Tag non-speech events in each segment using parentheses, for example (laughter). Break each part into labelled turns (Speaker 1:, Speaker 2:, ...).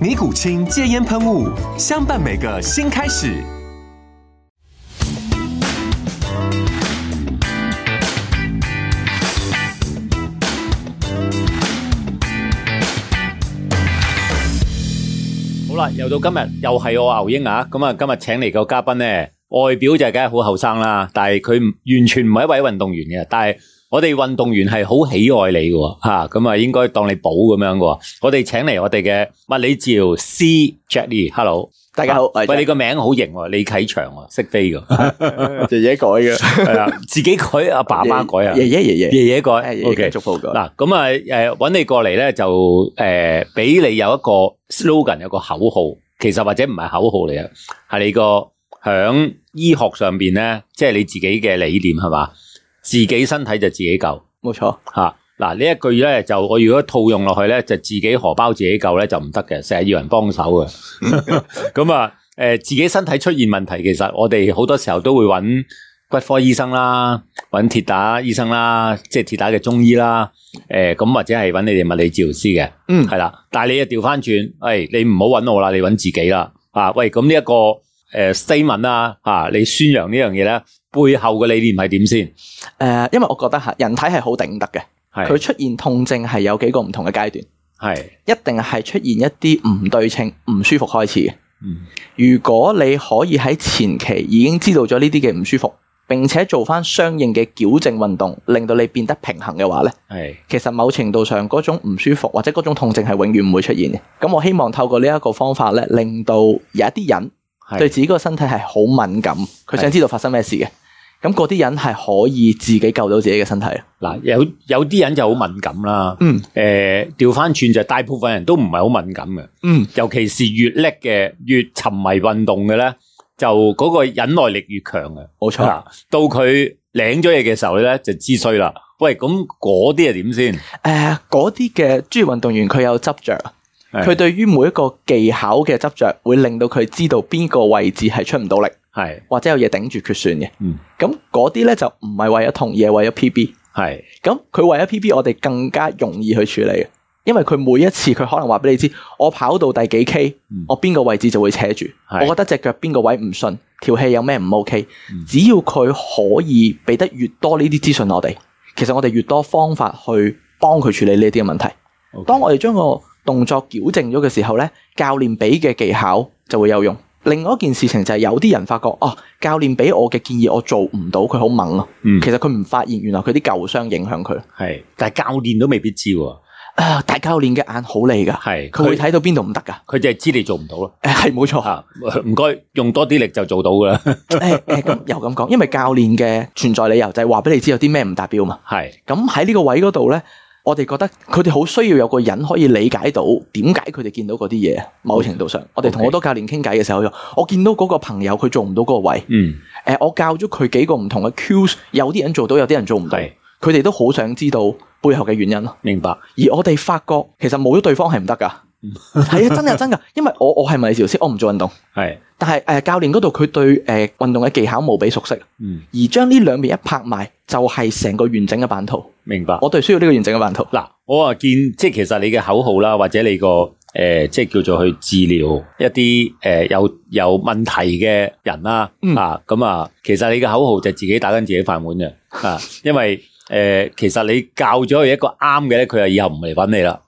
Speaker 1: 尼古清戒烟喷雾，相伴每个新开始。
Speaker 2: 好啦，又到今日，又系我牛英啊！咁啊，今日请嚟个嘉宾咧，外表就梗系好后生啦，但系佢唔完全唔系一位运动员嘅，但系我哋运動員係好喜愛你嘅喎嚇，咁啊應該當你寶咁樣嘅喎。我哋請嚟我哋嘅物理治療師 Jack Lee，Hello，
Speaker 3: 大家好我
Speaker 2: 喂，
Speaker 3: 係 Jack
Speaker 2: 你個名好型喎，李啟祥喎，識飛嘅，
Speaker 3: 爷爷改 (laughs) 嘅，
Speaker 2: 係啦，自己改，阿爸媽改啊，
Speaker 3: 爷爷爷爷，
Speaker 2: 爺爺改
Speaker 3: 係爺
Speaker 2: ，OK
Speaker 3: 爺。祝福嘅。
Speaker 2: 嗱，咁啊，诶，揾你過嚟咧，就诶，俾、你有一個 slogan，有個口號，其實或者唔係口號嚟啊，係你個響醫學上边咧，即係你自己嘅理念係嘛，自己身體就自己救
Speaker 3: 冇错，
Speaker 2: 吓。啊嗱、呢一句咧，就我如果套用落去咧，就自己荷包自己救咧就唔得嘅，成日要人幫手
Speaker 3: (laughs)
Speaker 2: 嘅。咁啊，诶、自己身體出現問題，其實我哋好多時候都會揾骨科醫生啦，揾鐵打醫生啦，即係鐵打嘅中醫啦。诶、咁或者係揾你哋物理治療師嘅，
Speaker 3: 嗯
Speaker 2: 係啦。但係你又調翻轉，诶、你唔好揾我啦，你揾自己啦。啊，喂，咁呢一個诶、statement 啦、啊，你宣揚呢樣嘢咧，背後嘅理念係點先？
Speaker 3: 诶，因為我覺得吓人體係好頂得嘅，佢
Speaker 2: 係
Speaker 3: 出現痛症係有幾個唔同嘅階段，
Speaker 2: 係
Speaker 3: 一定係出現一啲唔對稱、唔舒服開始嘅。
Speaker 2: 嗯
Speaker 3: 如果你可以喺前期已經知道咗呢啲嘅唔舒服，並且做翻相應嘅矯正運動，令到你變得平衡嘅話咧，
Speaker 2: 係。
Speaker 3: 其實某程度上嗰種唔舒服或者嗰種痛症係永遠唔會出現嘅。咁我希望透過呢一個方法咧，令到有一啲人。
Speaker 2: 係
Speaker 3: 對自己個身體係好敏感，佢想知道發生咩事嘅。咁嗰啲人係可以自己救到自己嘅身體。
Speaker 2: 嗱，有有啲人就好敏感啦。
Speaker 3: 嗯
Speaker 2: 诶、調翻轉就大部分人都唔係好敏感嘅，
Speaker 3: 嗯，
Speaker 2: 尤其是越叻嘅、越沉迷運動嘅咧，就嗰個忍耐力越強嘅。
Speaker 3: 冇錯。
Speaker 2: 嗱，到佢領咗嘢嘅時候咧，就知衰啦。喂，咁嗰啲係點先？
Speaker 3: 誒，嗰啲嘅專業運動員佢有執着，
Speaker 2: 係
Speaker 3: 佢對於每一個技巧嘅執着，會令到佢知道邊個位置係出唔到力，
Speaker 2: 係
Speaker 3: 或者有嘢頂住缺損嘅
Speaker 2: 嗯。
Speaker 3: 咁嗰啲咧就唔係為咗痛，而係為咗 PB。
Speaker 2: 係
Speaker 3: 咁佢為咗 PB，我哋更加容易去處理嘅，因為佢每一次佢可能話俾你知，我跑到第幾 K，
Speaker 2: 嗯
Speaker 3: 我邊個位置就會扯住，
Speaker 2: 係
Speaker 3: 我覺得只腳邊個位唔順，條氣有咩唔 OK，
Speaker 2: 嗯
Speaker 3: 只要佢可以俾得越多呢啲資訊我哋，其實我哋越多方法去幫佢處理呢啲嘅問題。
Speaker 2: OK
Speaker 3: 當我哋將個動作矯正咗嘅時候咧，教練俾嘅技巧就會有用。另外一件事情就係有啲人發覺，哦，教練俾我嘅建議我做唔到，佢好猛咯。
Speaker 2: 嗯
Speaker 3: 其實佢唔發現原來佢啲舊傷影響佢。
Speaker 2: 係，但係教練都未必知喎。
Speaker 3: 啊，大教練嘅眼好利㗎，
Speaker 2: 係
Speaker 3: 佢會睇到邊度唔得㗎。 (laughs)
Speaker 2: 佢就係知你做唔到咯。
Speaker 3: 誒係冇錯。
Speaker 2: 啊，唔該，用多啲力就做到噶啦。
Speaker 3: (laughs) 誒誒咁又咁講，因為教練嘅存在理由就係話俾你知有啲咩唔達標嘛。
Speaker 2: 係
Speaker 3: 咁喺呢個位嗰度咧，我哋覺得佢哋好需要有個人可以理解到點解佢哋見到嗰啲嘢。某程度上，我哋同
Speaker 2: OK
Speaker 3: 好多教練傾偈嘅時候，佢話我見到嗰個朋友佢做唔到嗰個位，誒、
Speaker 2: 嗯
Speaker 3: 我教咗佢幾個唔同嘅 cues，有啲人做到，有啲人做唔到，
Speaker 2: 係
Speaker 3: 佢哋都好想知道背後嘅原因咯。
Speaker 2: 明白
Speaker 3: 而我哋發覺其實冇咗對方係唔得㗎，
Speaker 2: 嗯
Speaker 3: 係啊真係真㗎，因為我我係物理治療師，我唔做運動，
Speaker 2: 係
Speaker 3: 但係誒、呃教練嗰度佢對誒、呃、運動嘅技巧無比熟悉。
Speaker 2: 嗯
Speaker 3: 而將呢兩邊一拍埋，就係成個完整嘅版圖。
Speaker 2: 明白。
Speaker 3: 我哋需要呢個完整嘅版圖。
Speaker 2: 嗱，我啊見即係其實你嘅口號啦，或者你個誒、呃即係叫做去治療一啲誒、呃有有問題嘅人啦，
Speaker 3: 嗯
Speaker 2: 啊咁啊，其實你嘅口號就自己打緊自己飯碗嘅 (laughs) 啊，因為誒、呃其實你教咗佢一個啱嘅咧，佢就以後唔嚟揾你啦，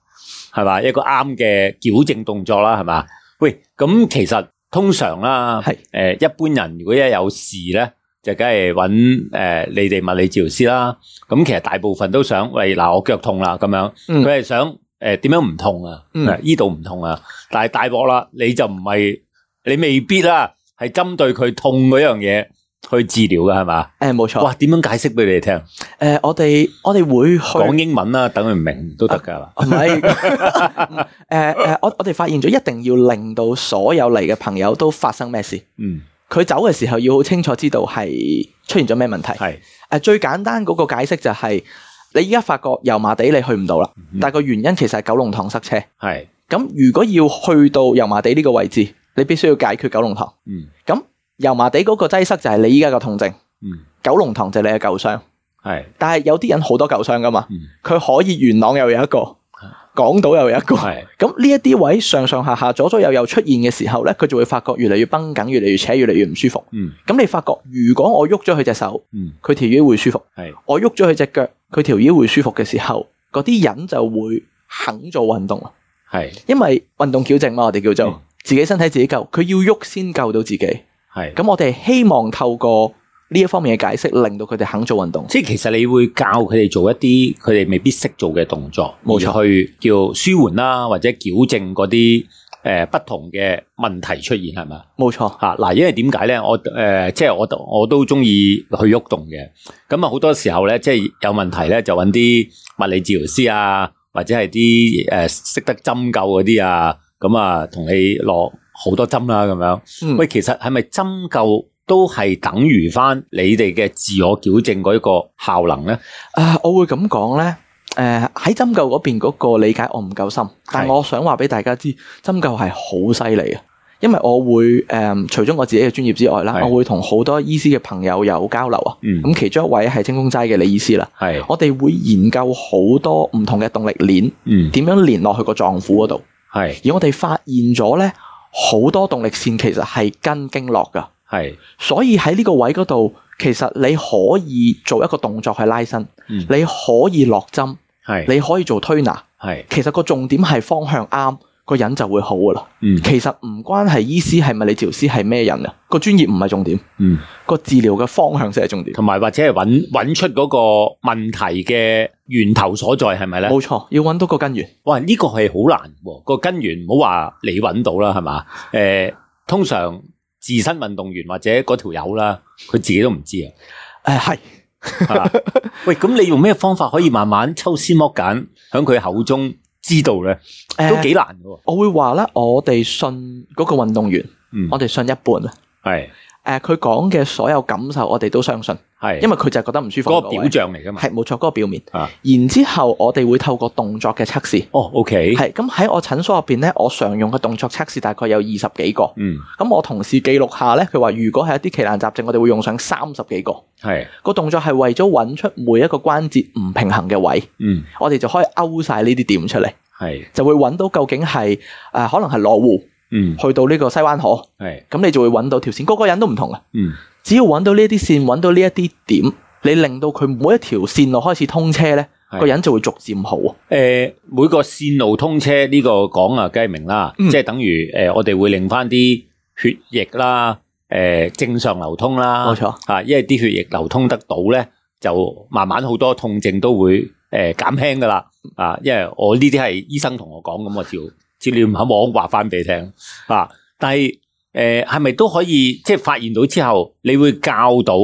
Speaker 2: 係嘛？一個啱嘅矯正動作啦，係嘛？喂，咁其實通常啦，
Speaker 3: 係
Speaker 2: 誒、一般人如果一有事咧，就梗係揾誒你哋物理治療師啦。咁其實大部分都想喂嗱，我腳痛啦咁樣，
Speaker 3: 嗯
Speaker 2: 佢係想誒點樣唔痛啊？
Speaker 3: 嗯
Speaker 2: 誒依度唔痛啊，但係大鑊啦，你就唔係你未必啦，係針對佢痛嗰樣嘢去治療嘅係嘛？
Speaker 3: 诶，冇錯。
Speaker 2: 哇，點樣解釋俾你哋聽？
Speaker 3: 诶，我哋我哋會去
Speaker 2: 講。英文啦，等佢唔
Speaker 3: 嗯
Speaker 2: 明都得㗎。
Speaker 3: 唔 (laughs) 係，诶诶，我我哋發現咗一定要令到所有嚟嘅朋友都發生咩事，
Speaker 2: 嗯，
Speaker 3: 佢走嘅時候要好清楚知道係出現咗咩問題。
Speaker 2: 係
Speaker 3: 誒最簡單嗰個解釋就係、你依家發覺油麻地你去唔到啦，
Speaker 2: 嗯
Speaker 3: 但係個原因其實係九龍塘塞車。
Speaker 2: 係，
Speaker 3: 咁如果要去到油麻地呢個位置，你必須要解決九龍塘。
Speaker 2: 嗯
Speaker 3: 油麻地嗰個擠塞就係你依家嘅痛症，
Speaker 2: 嗯
Speaker 3: 九龍塘就係你嘅舊傷。
Speaker 2: 係
Speaker 3: 但係有啲人好多舊傷噶嘛
Speaker 2: 嗯，啊
Speaker 3: 佢可以元朗又有一個，港島又有一個。
Speaker 2: 係
Speaker 3: 咁呢一啲位上上下下左左右右出現嘅時候咧，佢就會發覺越嚟越繃緊，越嚟越扯，越嚟越唔舒服。
Speaker 2: 嗯
Speaker 3: 咁你發覺如果我喐咗佢隻手，
Speaker 2: 嗯
Speaker 3: 佢條腰會舒服。
Speaker 2: 係
Speaker 3: 我喐咗佢只腳，佢條腰會舒服嘅時候，嗰啲人就會肯做運動啦。啊
Speaker 2: 係
Speaker 3: 因為運動矯正嘛，我哋叫做
Speaker 2: 嗯
Speaker 3: 自己身體自己救，佢要喐先救到自己。
Speaker 2: 係。
Speaker 3: 咁我哋希望透過呢一方面嘅解釋，令到佢哋肯做運動。
Speaker 2: 即係其實你會教佢哋做一啲佢哋未必識做嘅動作，
Speaker 3: 冇錯
Speaker 2: 而去叫舒緩啦，或者矯正嗰啲誒不同嘅問題出現係咪啊
Speaker 3: 冇錯，
Speaker 2: 嚇嗱，因為點解咧？我誒、呃即係我都我都中意去喐動嘅，咁啊好多時候咧，即係有問題咧就揾啲物理治療師啊，或者係啲誒識得針灸嗰啲啊，咁啊同你落好多針啦咁樣。
Speaker 3: 嗯
Speaker 2: 喂，其實係咪針灸都係等於翻你哋嘅自我矯正嗰一個效能咧？
Speaker 3: 啊，我會咁講咧。誒喺針灸嗰邊嗰個理解我唔夠深，但我想話俾大家知，針灸係好犀利嘅，因為我會誒、除咗我自己嘅專業之外啦，
Speaker 2: 係
Speaker 3: 我會同好多醫師嘅朋友有交流啊。
Speaker 2: 嗯，
Speaker 3: 咁其中一位係清風齋嘅李醫師啦，
Speaker 2: 係，
Speaker 3: 我哋會研究好多唔同嘅動力鏈
Speaker 2: 嗯，
Speaker 3: 點樣連落去個臟腑嗰度，
Speaker 2: 係，
Speaker 3: 而我哋發現咗咧好多動力線其實係跟經絡噶，
Speaker 2: 係，
Speaker 3: 所以喺呢個位嗰度，其實你可以做一個動作去拉伸，
Speaker 2: 嗯
Speaker 3: 你可以落針，
Speaker 2: 係，
Speaker 3: 你可以做推拿，
Speaker 2: 係，
Speaker 3: 其實個重點係方向啱，個人就會好噶啦。
Speaker 2: 嗯，
Speaker 3: 其實唔關係醫師係咪你治療師係咩人啊，個專業唔係重點，
Speaker 2: 嗯，
Speaker 3: 個治療嘅方向先係重點。
Speaker 2: 同埋或者係揾揾出嗰個問題嘅源頭所在係咪咧？
Speaker 3: 冇錯，要揾到個根源。
Speaker 2: 哇！呢、個係好難喎，個根源唔好話你揾到啦，係嘛？誒、通常自身運動員或者嗰條友啦，佢自己都唔知啊。
Speaker 3: 誒係。
Speaker 2: 係
Speaker 3: (laughs)
Speaker 2: 嘛喂，咁你用咩方法可以慢慢抽絲剝繭，喺佢口中知道咧？
Speaker 3: 誒
Speaker 2: 都幾難嘅喎。
Speaker 3: 我會話咧，我哋信嗰個運動員，
Speaker 2: 嗯，
Speaker 3: 我哋信一半啊。
Speaker 2: 係
Speaker 3: 誒，佢講嘅所有感受，我哋都相信，
Speaker 2: 係，為
Speaker 3: 因為佢就係覺得唔舒服。
Speaker 2: 嗰個表象嚟㗎嘛。
Speaker 3: 係冇錯，嗰、個表面。
Speaker 2: 啊
Speaker 3: 然之後，我哋會透過動作嘅測試。
Speaker 2: 哦，OK，
Speaker 3: 係咁喺我診所入邊咧，我常用嘅動作測試大概有二十幾個。
Speaker 2: 嗯，
Speaker 3: 咁我同事記錄下咧，佢話如果係一啲奇難雜症，我哋會用上三十幾個。
Speaker 2: 係，
Speaker 3: 個動作係為咗揾出每一個關節唔平衡嘅位，
Speaker 2: 嗯，
Speaker 3: 我哋就可以勾晒呢啲點出嚟，
Speaker 2: 係，
Speaker 3: 就會揾到究竟係誒、呃可能係羅湖
Speaker 2: 嗯，
Speaker 3: 去到呢個西灣河。
Speaker 2: 係，
Speaker 3: 咁你就會揾到條線。個個人都唔同嘅，
Speaker 2: 嗯，
Speaker 3: 只要揾到呢一啲線，揾到呢一啲點，你令到佢每一條線路開始通車咧，
Speaker 2: 係
Speaker 3: 個人就會逐漸好啊。
Speaker 2: 誒、呃每個線路通車呢個講啊，梗係明啦，
Speaker 3: 嗯
Speaker 2: 即係等於誒、我哋會令翻啲血液啦，誒、正常流通啦，
Speaker 3: 冇錯
Speaker 2: 啊，因為啲血液流通得到咧，就慢慢好多痛症都呃會誒、減輕噶啦，啊，因為我呢啲係醫生同我講，咁我照照念下網話翻俾你聽啊，但係誒係咪都可以即係發現到之後，你會教到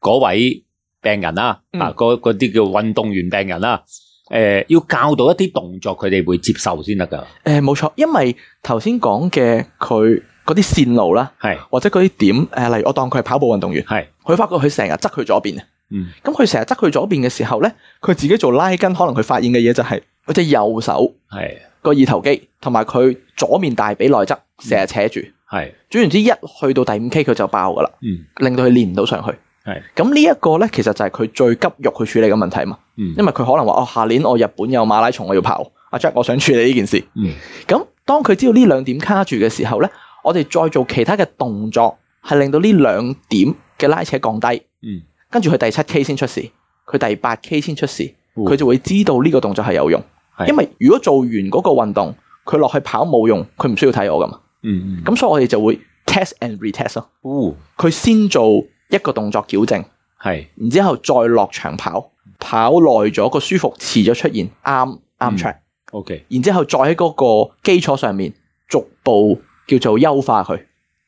Speaker 2: 嗰位病人啦、
Speaker 3: 嗯
Speaker 2: 啊，嗰嗰啲叫運動員病人啦、誒、要教到一啲動作，佢哋會接受先得㗎。
Speaker 3: 誒、冇錯，因為頭先講嘅佢嗰啲線路啦，
Speaker 2: 係
Speaker 3: 或者嗰啲點誒、例如我當佢係跑步運動員，
Speaker 2: 係，
Speaker 3: 佢發覺佢成日側去左邊
Speaker 2: 嗯
Speaker 3: 咁佢成日側去左邊嘅時候咧，佢自己做拉筋，可能佢發現嘅嘢就係嗰隻右手
Speaker 2: 係
Speaker 3: 個二頭肌同埋佢左面大髀內側成日扯住。
Speaker 2: 係，
Speaker 3: 總言之，一去到第五 K 佢就爆㗎啦。
Speaker 2: 嗯
Speaker 3: 令到佢練唔到上去。
Speaker 2: 係
Speaker 3: 咁呢一個咧，其實就係佢最急欲去處理嘅問題嘛。
Speaker 2: 嗯
Speaker 3: 因為佢可能話：哦，下年我日本有馬拉松，我要跑。阿 Jack，我想處理呢件事。
Speaker 2: 嗯
Speaker 3: 咁當佢知道呢兩點卡住嘅時候咧，我哋再做其他嘅動作，係令到呢兩點嘅拉扯降低。
Speaker 2: 嗯，
Speaker 3: 跟住佢第七 K 先出事，佢第八 K 先出事，
Speaker 2: 哦
Speaker 3: 佢就會知道呢個動作係有用。
Speaker 2: 係
Speaker 3: 因為如果做完嗰個運動，佢落去跑冇用，佢唔需要睇我噶嘛。
Speaker 2: 嗯嗯，
Speaker 3: 咁所以我哋就會 test and retest 咯。
Speaker 2: 哦，
Speaker 3: 佢先做一個動作矯正，
Speaker 2: 系
Speaker 3: 然之後再落場跑，跑耐咗個舒服遲咗出現，啱
Speaker 2: 嗯
Speaker 3: 啱 track，
Speaker 2: ，OK，
Speaker 3: 然之後再喺嗰個基礎上面逐步叫做優化佢。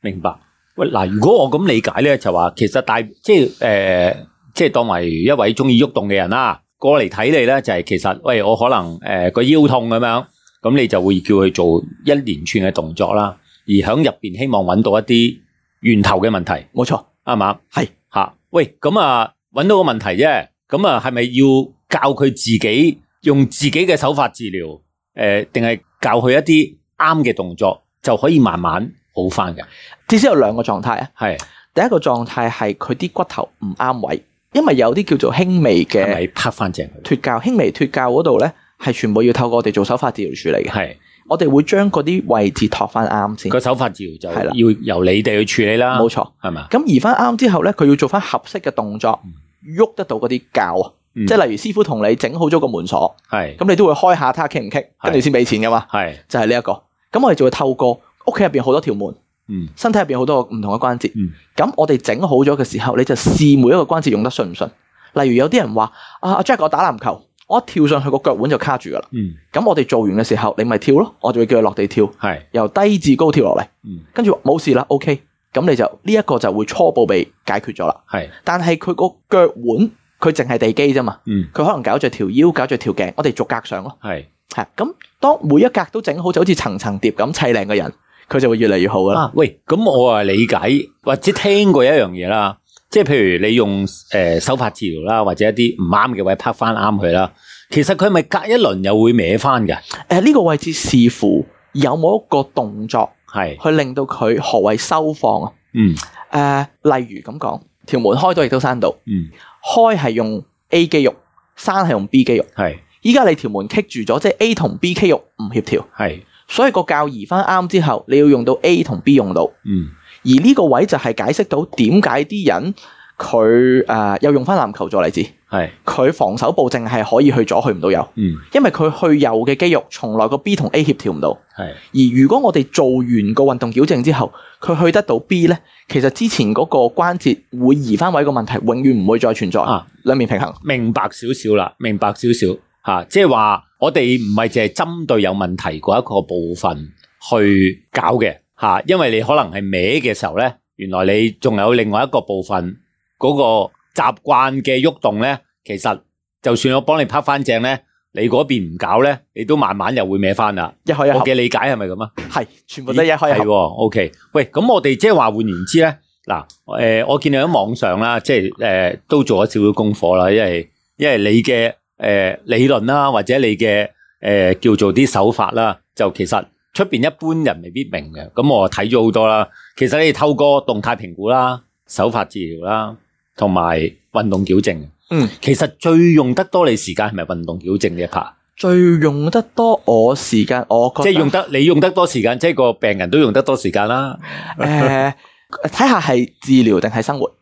Speaker 2: 明白。喂，嗱，如果我咁理解咧，就話其實大即係诶、呃即係當為一位中意喐動嘅人啦，過嚟睇你咧，就係其實喂，我可能诶个、腰痛咁樣，咁你就會叫佢做一連串嘅動作啦，而喺入边希望揾到一啲源頭嘅問題。
Speaker 3: 冇錯，
Speaker 2: 啱唔啱？
Speaker 3: 係
Speaker 2: 吓、喂，咁啊，揾到個問題啫，咁啊，係咪要教佢自己用自己嘅手法治療？诶、定係教佢一啲啱嘅動作就可以慢慢好翻嘅？
Speaker 3: 至少有兩個狀態啊。
Speaker 2: 係
Speaker 3: 第一個狀態係佢啲骨頭唔啱位，因為有啲叫做輕微
Speaker 2: 係
Speaker 3: 嘅
Speaker 2: 咪拍翻正佢？
Speaker 3: 脱臼，輕微脱臼嗰度咧係全部要透過我哋做手法治療處理嘅。
Speaker 2: 係
Speaker 3: 我哋會將嗰啲位置托翻啱先
Speaker 2: 個，手法治療就
Speaker 3: 係啦
Speaker 2: 要由你哋去處理啦，
Speaker 3: 冇錯。
Speaker 2: 係嘛？
Speaker 3: 咁移翻啱之後咧，佢要做翻合適嘅動作
Speaker 2: 嗯，
Speaker 3: 喐得到嗰啲教啊，
Speaker 2: 嗯
Speaker 3: 即係例如師傅同你整好咗個門鎖，
Speaker 2: 係
Speaker 3: 咁你都會開下睇下傾唔傾，跟住先俾錢噶嘛，
Speaker 2: 係
Speaker 3: 就係呢一個。咁我哋就會透過屋企入邊好多條門，
Speaker 2: 嗯
Speaker 3: 身體入邊好多個唔同嘅關節。
Speaker 2: 嗯
Speaker 3: 咁、我哋整好咗嘅時候，你就試每一個關節用得順唔順。例如有啲人話：啊，阿 Jack，我打籃球，我一跳上去個腳腕就卡住噶啦。
Speaker 2: 嗯
Speaker 3: 咁我哋做完嘅時候，你咪跳咯，我就會叫佢落地跳，
Speaker 2: 係
Speaker 3: 由低至高跳落嚟。
Speaker 2: 嗯
Speaker 3: 跟住冇事啦，OK，咁你就呢一、個就會初步被解決咗啦。
Speaker 2: 係
Speaker 3: 但係佢個腳腕佢淨係地基啫嘛，
Speaker 2: 嗯
Speaker 3: 佢可能搞着條腰，搞着條頸，我哋逐格上咯。
Speaker 2: 係
Speaker 3: 係咁，當每一格都整好，就好似層層疊咁砌靚嘅人，佢就會越嚟越好噶啦。
Speaker 2: 啊！喂，咁我啊理解或者聽過一樣嘢啦，即係譬如你用诶、呃手法治療啦，或者一啲唔啱嘅位拍翻啱佢啦，其實佢係咪隔一輪又會歪翻嘅，
Speaker 3: 誒呢、個位置視乎有冇一個動作
Speaker 2: 係
Speaker 3: 去令到佢何謂收放啊？
Speaker 2: 嗯
Speaker 3: 誒、例如咁講，條門開到亦都閂到，
Speaker 2: 嗯
Speaker 3: 開係用 A 肌肉，閂係用 B 肌肉。
Speaker 2: 係
Speaker 3: 依家你條門棘住咗，即係 A 同 B 肌肉唔協調，
Speaker 2: 係
Speaker 3: 所以個教移翻啱之後，你要用到 A 同 B 用到，而
Speaker 2: 嗯
Speaker 3: 呢個位就係解釋到點解啲人佢誒、呃又用翻籃球做例子，
Speaker 2: 係
Speaker 3: 佢防守步淨係可以去左去唔到右，
Speaker 2: 嗯
Speaker 3: 因為佢去右嘅肌肉從來個 B 同 A 協調唔到。
Speaker 2: 係
Speaker 3: 而如果我哋做完個運動矯正之後，佢去得到 B 咧，其實之前嗰個關節會移翻位個問題，永遠唔會再存在。
Speaker 2: 啊
Speaker 3: 兩面平衡，
Speaker 2: 明白少少啦，明白少少吓，即係話我哋唔係淨係針對有問題嗰一個部分去搞嘅吓、啊因為你可能係歪嘅時候咧，原來你仲有另外一個部分嗰、個習慣嘅喐動咧，其實就算我幫你拍翻正咧，你嗰邊唔搞咧，你都慢慢又會歪翻啦。
Speaker 3: 一開一
Speaker 2: 我
Speaker 3: 合，
Speaker 2: 嘅理解係咪咁啊？
Speaker 3: 係全部都一開一
Speaker 2: 係
Speaker 3: 合。
Speaker 2: 喎，OK。喂，咁我哋即係話換言之咧，嗱，誒、我見你喺網上啦，即係誒、都做咗少少功課啦，因為因為你嘅誒、理論啦，或者你嘅誒、叫做啲手法啦，就其實出邊一般人未必明嘅。咁我睇咗好多啦，其實你哋透過動態評估啦、手法治療啦，同埋運動矯正。
Speaker 3: 嗯，
Speaker 2: 其實最用得多你時間係咪運動矯正呢一 part？
Speaker 3: 最用得多我時間，我覺
Speaker 2: 即
Speaker 3: 得
Speaker 2: 係用得你用得多時間，即係個病人都用得多時間啦。
Speaker 3: 誒，睇下係治療定係生活。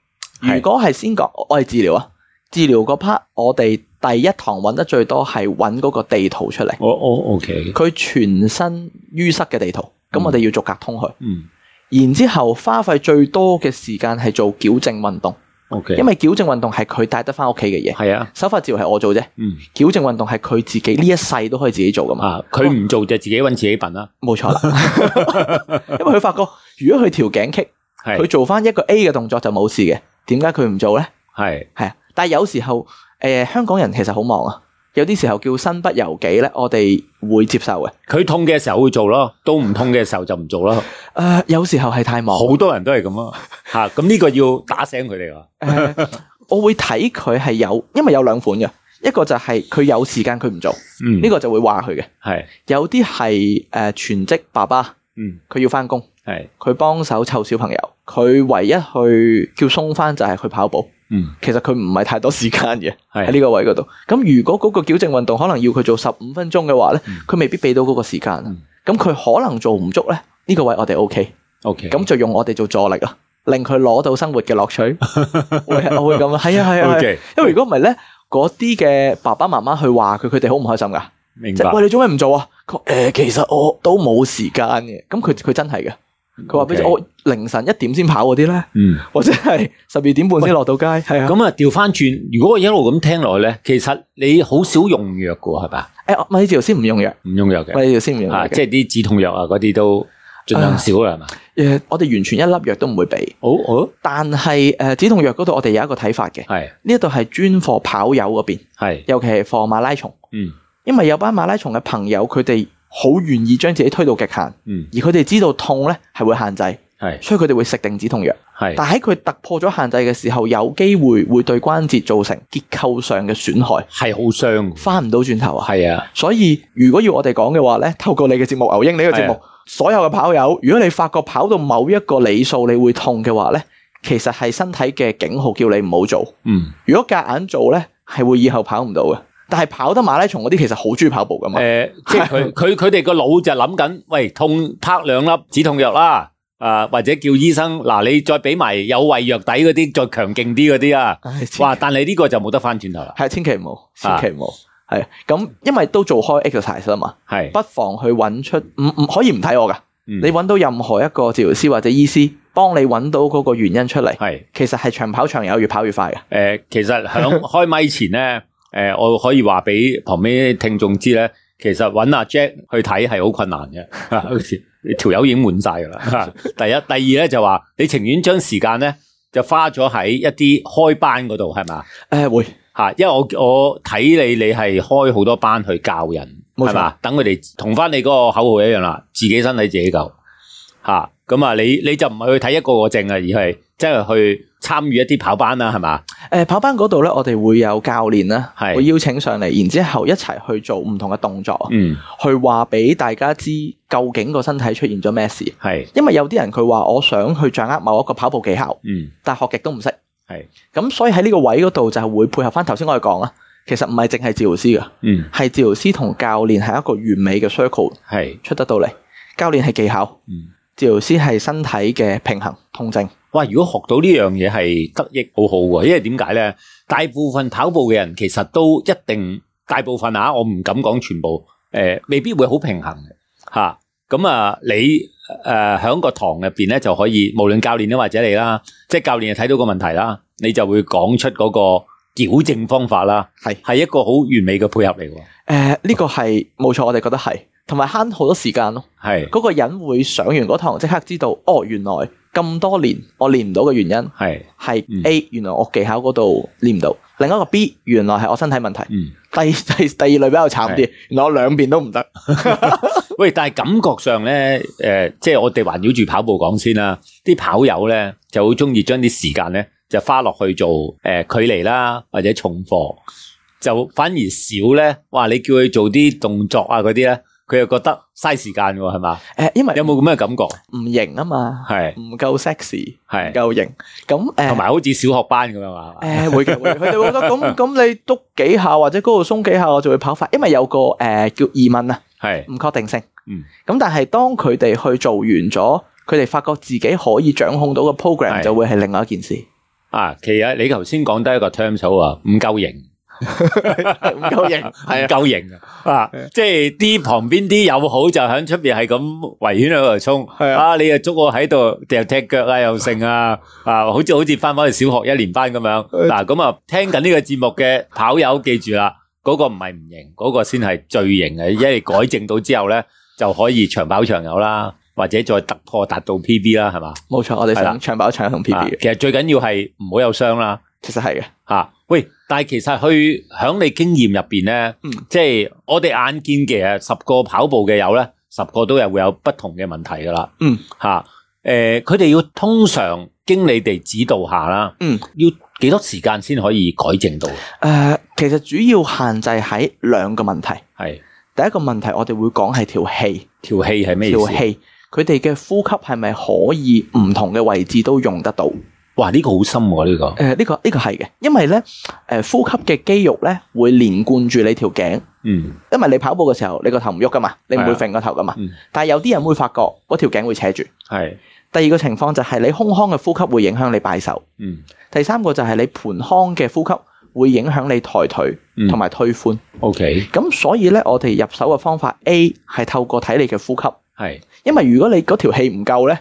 Speaker 2: 係
Speaker 3: 如果係先講，我係治療啊。治療嗰 part，我哋第一堂揾得最多係揾嗰個地圖出嚟，
Speaker 2: 我我 OK，
Speaker 3: 佢全身淤塞嘅地圖，咁我哋要逐格通去。
Speaker 2: 嗯。
Speaker 3: 然之後花費最多嘅時間係做矯正運動，
Speaker 2: O K，
Speaker 3: 因為矯正運動係佢帶得翻屋企嘅嘢，
Speaker 2: 系啊，
Speaker 3: 手法治療係我做啫，
Speaker 2: 嗯
Speaker 3: 矯正運動係佢自己呢一世都可以自己做噶嘛，
Speaker 2: 啊，佢唔做就自己揾自己笨啦，
Speaker 3: 冇錯啦。
Speaker 2: (laughs)
Speaker 3: (laughs) 因為佢發覺，如果佢條頸棘，
Speaker 2: 系
Speaker 3: 佢做翻一個 A 嘅動作就冇事嘅，點解佢唔做呢？
Speaker 2: 系
Speaker 3: 係啊，但係有時候誒、呃香港人其實好忙啊，有啲時候叫身不由己呢，我哋會接受嘅。誒、
Speaker 2: 佢痛嘅時候會做咯，都唔痛嘅時候就唔做咯，
Speaker 3: 呃有時候係太忙，
Speaker 2: 好多人都係咁 (laughs) 咯，吓咁呢個要打醒佢哋啊，
Speaker 3: 誒呃我會睇佢係有，因為有兩款嘅，一個就係佢有時間佢唔做。
Speaker 2: 嗯，
Speaker 3: 呢個就會話佢嘅。
Speaker 2: 係
Speaker 3: 有啲係誒全職爸爸，
Speaker 2: 嗯
Speaker 3: 佢要翻工，
Speaker 2: 係
Speaker 3: 佢幫手湊小朋友，佢唯一去叫鬆翻就係去跑步。
Speaker 2: 嗯
Speaker 3: 其實佢唔係太多時間嘅喺
Speaker 2: 係
Speaker 3: 呢個位嗰度。咁如果嗰個矯正運動可能要佢做十五分鐘嘅話咧，佢未必俾到嗰個時間
Speaker 2: 嗯。
Speaker 3: 啊咁佢可能做唔足咧，呢個位我哋 O K，
Speaker 2: O K，
Speaker 3: 咁就用我哋做助力啦，令佢攞到生活嘅
Speaker 2: (laughs)
Speaker 3: 樂趣。會係我會咁啊，係啊係啊，
Speaker 2: O
Speaker 3: 係啊
Speaker 2: K，
Speaker 3: 因為如果唔係咧，嗰啲嘅爸爸媽媽去話佢，佢哋好唔開心㗎。
Speaker 2: 明
Speaker 3: 即
Speaker 2: 白
Speaker 3: 呃係喂，你做咩唔做啊？佢話誒，其實我都冇時間嘅。咁佢佢真係嘅，佢話俾你知
Speaker 2: OK
Speaker 3: 我凌晨一點先跑嗰啲咧，
Speaker 2: 嗯。
Speaker 3: 或者係十二點半先落到街，係啊。
Speaker 2: 咁啊，調翻轉，如果我一路咁聽落去咧，其實你好少用藥噶，係嘛？
Speaker 3: 誒，物理治療先唔用藥，
Speaker 2: 唔用藥
Speaker 3: 物
Speaker 2: 嘅，
Speaker 3: 理治療先唔用藥
Speaker 2: 啊，
Speaker 3: 嘅
Speaker 2: 即係啲止痛藥啊嗰啲都盡量少啦，係嘛？
Speaker 3: 誒，呃我哋完全一粒藥都唔會俾。
Speaker 2: 好，好，
Speaker 3: 但係誒、止痛藥嗰度，我哋有一個睇法嘅。
Speaker 2: 係
Speaker 3: 呢一度係專貨跑友嗰邊，
Speaker 2: 係，
Speaker 3: 尤其係放馬拉松，
Speaker 2: 嗯
Speaker 3: 因為有班馬拉松嘅朋友，佢哋好願意將自己推到極限，而
Speaker 2: 嗯，
Speaker 3: 佢哋知道痛咧係會限制，
Speaker 2: 係
Speaker 3: 所以佢哋會食定止痛藥。
Speaker 2: 係
Speaker 3: 但喺佢突破咗限制嘅時候，有機會會對關節造成結構上嘅損害，
Speaker 2: 係好傷㗎，
Speaker 3: 翻唔到轉頭啊！
Speaker 2: 係啊，
Speaker 3: 所以如果要我哋講嘅話咧，透過你嘅節目牛英呢個節
Speaker 2: 係
Speaker 3: 目，所有嘅跑友，如果你發覺跑到某一個里數你會痛嘅話咧，其實係身體嘅警號叫你唔好做。
Speaker 2: 嗯，
Speaker 3: 如果夾硬做咧，係會以後跑唔到嘅。但係跑得馬拉松嗰啲其實好中意跑步噶嘛，
Speaker 2: 誒，即係佢佢佢哋個腦就諗緊，喂，痛拍兩粒止痛藥啦。啊，或者叫醫生嗱，你再俾埋有胃藥底嗰啲，再強勁啲嗰啲啊，
Speaker 3: 唉千祈
Speaker 2: 哇！但係呢個就冇得翻轉頭啦，
Speaker 3: 係千祈唔好，千祈唔好。係咁，因為都做開 exercise 啦嘛，
Speaker 2: 係，
Speaker 3: 不妨去揾出唔唔可以唔睇我噶。
Speaker 2: 嗯
Speaker 3: 你揾到任何一個治療師或者醫師，幫你揾到嗰個原因出嚟，
Speaker 2: 係。
Speaker 3: 其實係長跑長有，越跑越快嘅。
Speaker 2: 诶、其實響開咪前咧，诶、我可以話俾旁邊啲聽眾知咧，其實揾阿 Jack 去睇係好困難嘅，好似條友已經滿晒噶啦。第一、第二咧就話，你情願將時間咧就花咗喺一啲開班嗰度，係嘛
Speaker 3: 誒會
Speaker 2: 吓？因為我我睇你，你係開好多班去教人，
Speaker 3: 冇錯
Speaker 2: 係嘛？等佢哋同翻你嗰個口號一樣啦，自己身體自己救吓。咁啊，你你就唔係去睇一個個症啊，而係真係去參與一啲跑班啦，係嘛？
Speaker 3: 誒呃跑班嗰度咧，我哋會有教練啦，
Speaker 2: 係
Speaker 3: 會邀請上嚟，然之後一齊去做唔同嘅動作，
Speaker 2: 嗯，
Speaker 3: 去話俾大家知究竟個身體出現咗咩事。
Speaker 2: 係。
Speaker 3: 因為有啲人佢話我想去掌握某一個跑步技巧，
Speaker 2: 嗯，
Speaker 3: 但學極都唔識。
Speaker 2: 係
Speaker 3: 咁，所以喺呢個位嗰度就係會配合翻頭先我哋講啦。啊其實唔係淨係治療師㗎，
Speaker 2: 嗯，
Speaker 3: 係治療師同教練係一個完美嘅 circle
Speaker 2: 系，
Speaker 3: 出得到嚟。教練係技巧，
Speaker 2: 嗯，
Speaker 3: 治療師係身體嘅平衡痛症。
Speaker 2: 哇！如果學到呢樣嘢係得益好好喎，因為點解咧？大部分跑步嘅人其實都一定，大部分啊，我唔敢講全部，诶、未必會好平衡嘅吓。咁啊，你诶喺、個堂入边咧就可以，無論教練啦啊或者你啦，即系教練就睇到個問題啦，你就會講出嗰個矯正方法啦，
Speaker 3: 係
Speaker 2: 係一個好完美嘅配合嚟喎。
Speaker 3: 誒、呢、個係冇錯，我哋覺得係，同埋慳好多時間咯。
Speaker 2: 係
Speaker 3: 嗰、個人會上完嗰堂即刻知道，哦，原來咁多年我練唔到嘅原因
Speaker 2: 係，嗯
Speaker 3: 係 A，原來我技巧嗰度練唔到；另一個 B，原來係我身體問題。
Speaker 2: 嗯。
Speaker 3: 第 (laughs) 第第二類比較慘啲，原來我兩邊都唔得。
Speaker 2: 喂，但係感覺上咧，誒、即係我哋環繞住跑步講先啦。啲跑友咧就好中意將啲時間咧就花落去做誒、距離啦，或者重課，就反而少咧。哇！你叫佢做啲動作啊嗰啲咧，佢又覺得嘥時間喎，係嘛？
Speaker 3: 誒，因為
Speaker 2: 有冇咁嘅感覺？
Speaker 3: 唔型啊嘛，
Speaker 2: 係
Speaker 3: 唔夠 sexy，唔
Speaker 2: 係，
Speaker 3: 夠型。咁誒，
Speaker 2: 同埋好似小學班咁樣嘛。
Speaker 3: 誒會嘅會嘅，佢哋會覺得咁咁你督幾下或者嗰度鬆幾下，我就會跑快，因為有個誒、叫疑問啊，
Speaker 2: 係
Speaker 3: 唔確定性。
Speaker 2: 嗯。
Speaker 3: 咁但係當佢哋去做完咗，佢哋發覺自己可以掌控到個
Speaker 2: 係
Speaker 3: program，就會係另外一件事，
Speaker 2: 啊，其實你頭先講得一個 terms 好啊，唔夠型。
Speaker 3: 唔
Speaker 2: (laughs)
Speaker 3: 夠型。
Speaker 2: (laughs) 唔夠型啊！即係啲旁邊啲友好就喺出边係咁圍圈喺度衝，
Speaker 3: 係啊
Speaker 2: 啊！你又捉我喺度又踢腳啊，又剩 (laughs) 啊，啊！好似好似翻返去小學一年班咁樣。
Speaker 3: 誒
Speaker 2: 嗱，咁啊，聽緊呢個節目嘅跑友記住啦，嗰、個唔係唔型，嗰、個先係最型嘅，因為改正到之後咧就可以長跑長有啦，或者再突破達到 PB 啦，係嘛？
Speaker 3: 冇錯，我哋
Speaker 2: 係啦
Speaker 3: 想長跑長同 P
Speaker 2: 啊
Speaker 3: B 嘅，
Speaker 2: 其實最緊要係唔好有傷啦。
Speaker 3: 其實係嘅。
Speaker 2: 吓、啊喂！但系其實去響你經驗入边咧，
Speaker 3: 嗯
Speaker 2: 即係我哋眼見嘅十個跑步嘅友咧，十個都有會有不同嘅問題噶啦。
Speaker 3: 嗯，
Speaker 2: 吓、诶，佢哋要通常經你哋指導下啦，
Speaker 3: 嗯，
Speaker 2: 要幾多時間先可以改正到？
Speaker 3: 誒、其實主要限制喺兩個問題。
Speaker 2: 係
Speaker 3: 第一個問題，我哋會講係條氣，
Speaker 2: 條氣係咩意
Speaker 3: 條
Speaker 2: 思？
Speaker 3: 氣佢哋嘅呼吸係咪可以唔同嘅位置都用得到？誒、
Speaker 2: 哇！呢、個好深喎、呢、個
Speaker 3: 呢、個呢、個係嘅，因為咧誒、呼吸嘅肌肉咧會連貫住你條頸，
Speaker 2: 嗯
Speaker 3: 因為你跑步嘅時候你個頭唔喐噶嘛，你唔
Speaker 2: 係
Speaker 3: 會
Speaker 2: 啊
Speaker 3: 揈個頭噶嘛。
Speaker 2: 嗯
Speaker 3: 但係有啲人會發覺嗰條頸會扯住。
Speaker 2: 係
Speaker 3: 第二個情況就係你胸腔嘅呼吸會影響你擺手。
Speaker 2: 嗯
Speaker 3: 第三個就係你盆腔嘅呼吸會影響你抬腿
Speaker 2: 嗯
Speaker 3: 同埋推髋。
Speaker 2: OK
Speaker 3: 咁、所以咧，我哋入手嘅方法 A 係透過睇你嘅呼吸。
Speaker 2: 係
Speaker 3: 因為如果你嗰條氣唔夠咧，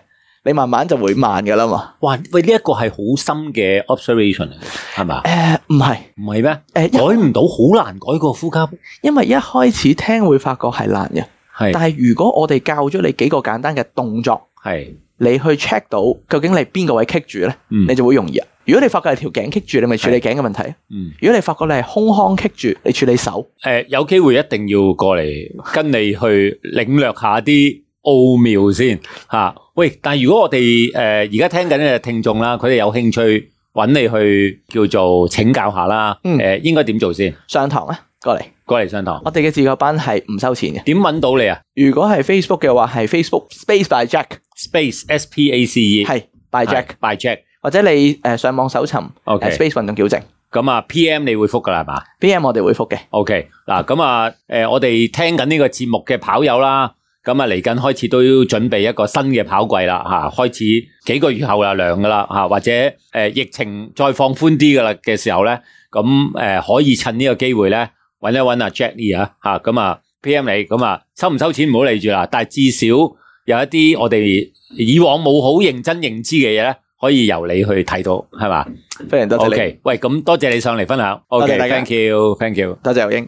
Speaker 3: 你慢慢就會慢噶啦嘛。
Speaker 2: 哇！喂，呢一個係好深嘅 observation 嚟嘅，係嘛？
Speaker 3: 誒呃唔係，
Speaker 2: 唔係咩？
Speaker 3: 誒
Speaker 2: 改唔到，好難改個呼吸。
Speaker 3: 因為一開始聽會發覺係難嘅，但
Speaker 2: 係
Speaker 3: 係如果我哋教咗你幾個簡單嘅動作，
Speaker 2: 係，
Speaker 3: 你去 check 到究竟你邊個位棘住咧，
Speaker 2: 嗯
Speaker 3: 你就會容易啊。如果你發覺係條頸棘住，你咪處理頸嘅問題；
Speaker 2: 嗯，
Speaker 3: 如果你發覺你係胸腔棘住，你處理手。
Speaker 2: 诶、有機會一定要過嚟跟你去領略下啲奧妙先吓、嚇喂，但系如果我哋诶而家聽緊嘅聽眾啦，佢哋有興趣揾你去叫做請教下啦，诶、
Speaker 3: 嗯
Speaker 2: 應該點做先？
Speaker 3: 上堂咧，過嚟，
Speaker 2: 過嚟上堂，
Speaker 3: 我哋嘅自救班係唔收錢嘅。
Speaker 2: 點揾到你啊
Speaker 3: 如果係 Facebook 嘅話，係 Facebook Space by Jack，
Speaker 2: ？Space S P A C E
Speaker 3: 係 by Jack，
Speaker 2: by Jack，
Speaker 3: 或者你誒上網搜尋
Speaker 2: OK
Speaker 3: 誒 Space 運動矯正
Speaker 2: 咁啊 P M 你會覆噶啦係嘛？
Speaker 3: ，PM 我哋會覆嘅。
Speaker 2: OK，嗱咁啊，诶、我哋聽緊呢個節目嘅跑友啦，咁啊嚟緊開始都要準備一個新嘅跑季啦，吓、開始幾個月後啦，涼噶啦，吓、或者诶、誒疫情再放寬啲噶啦嘅時候咧，咁诶、誒可以趁呢個機會咧，揾一揾阿 Jack Lee 啊，吓咁啊 PM 你，咁啊收唔收錢唔好理住啦，但係至少有一啲我哋以往冇好認真認知嘅嘢咧，可以由你去睇到，係嘛
Speaker 3: 非常多謝你，
Speaker 2: ？OK，喂，咁多謝你上嚟分享
Speaker 3: 多謝大家
Speaker 2: ，OK，thank you，thank you。
Speaker 3: 多謝牛英。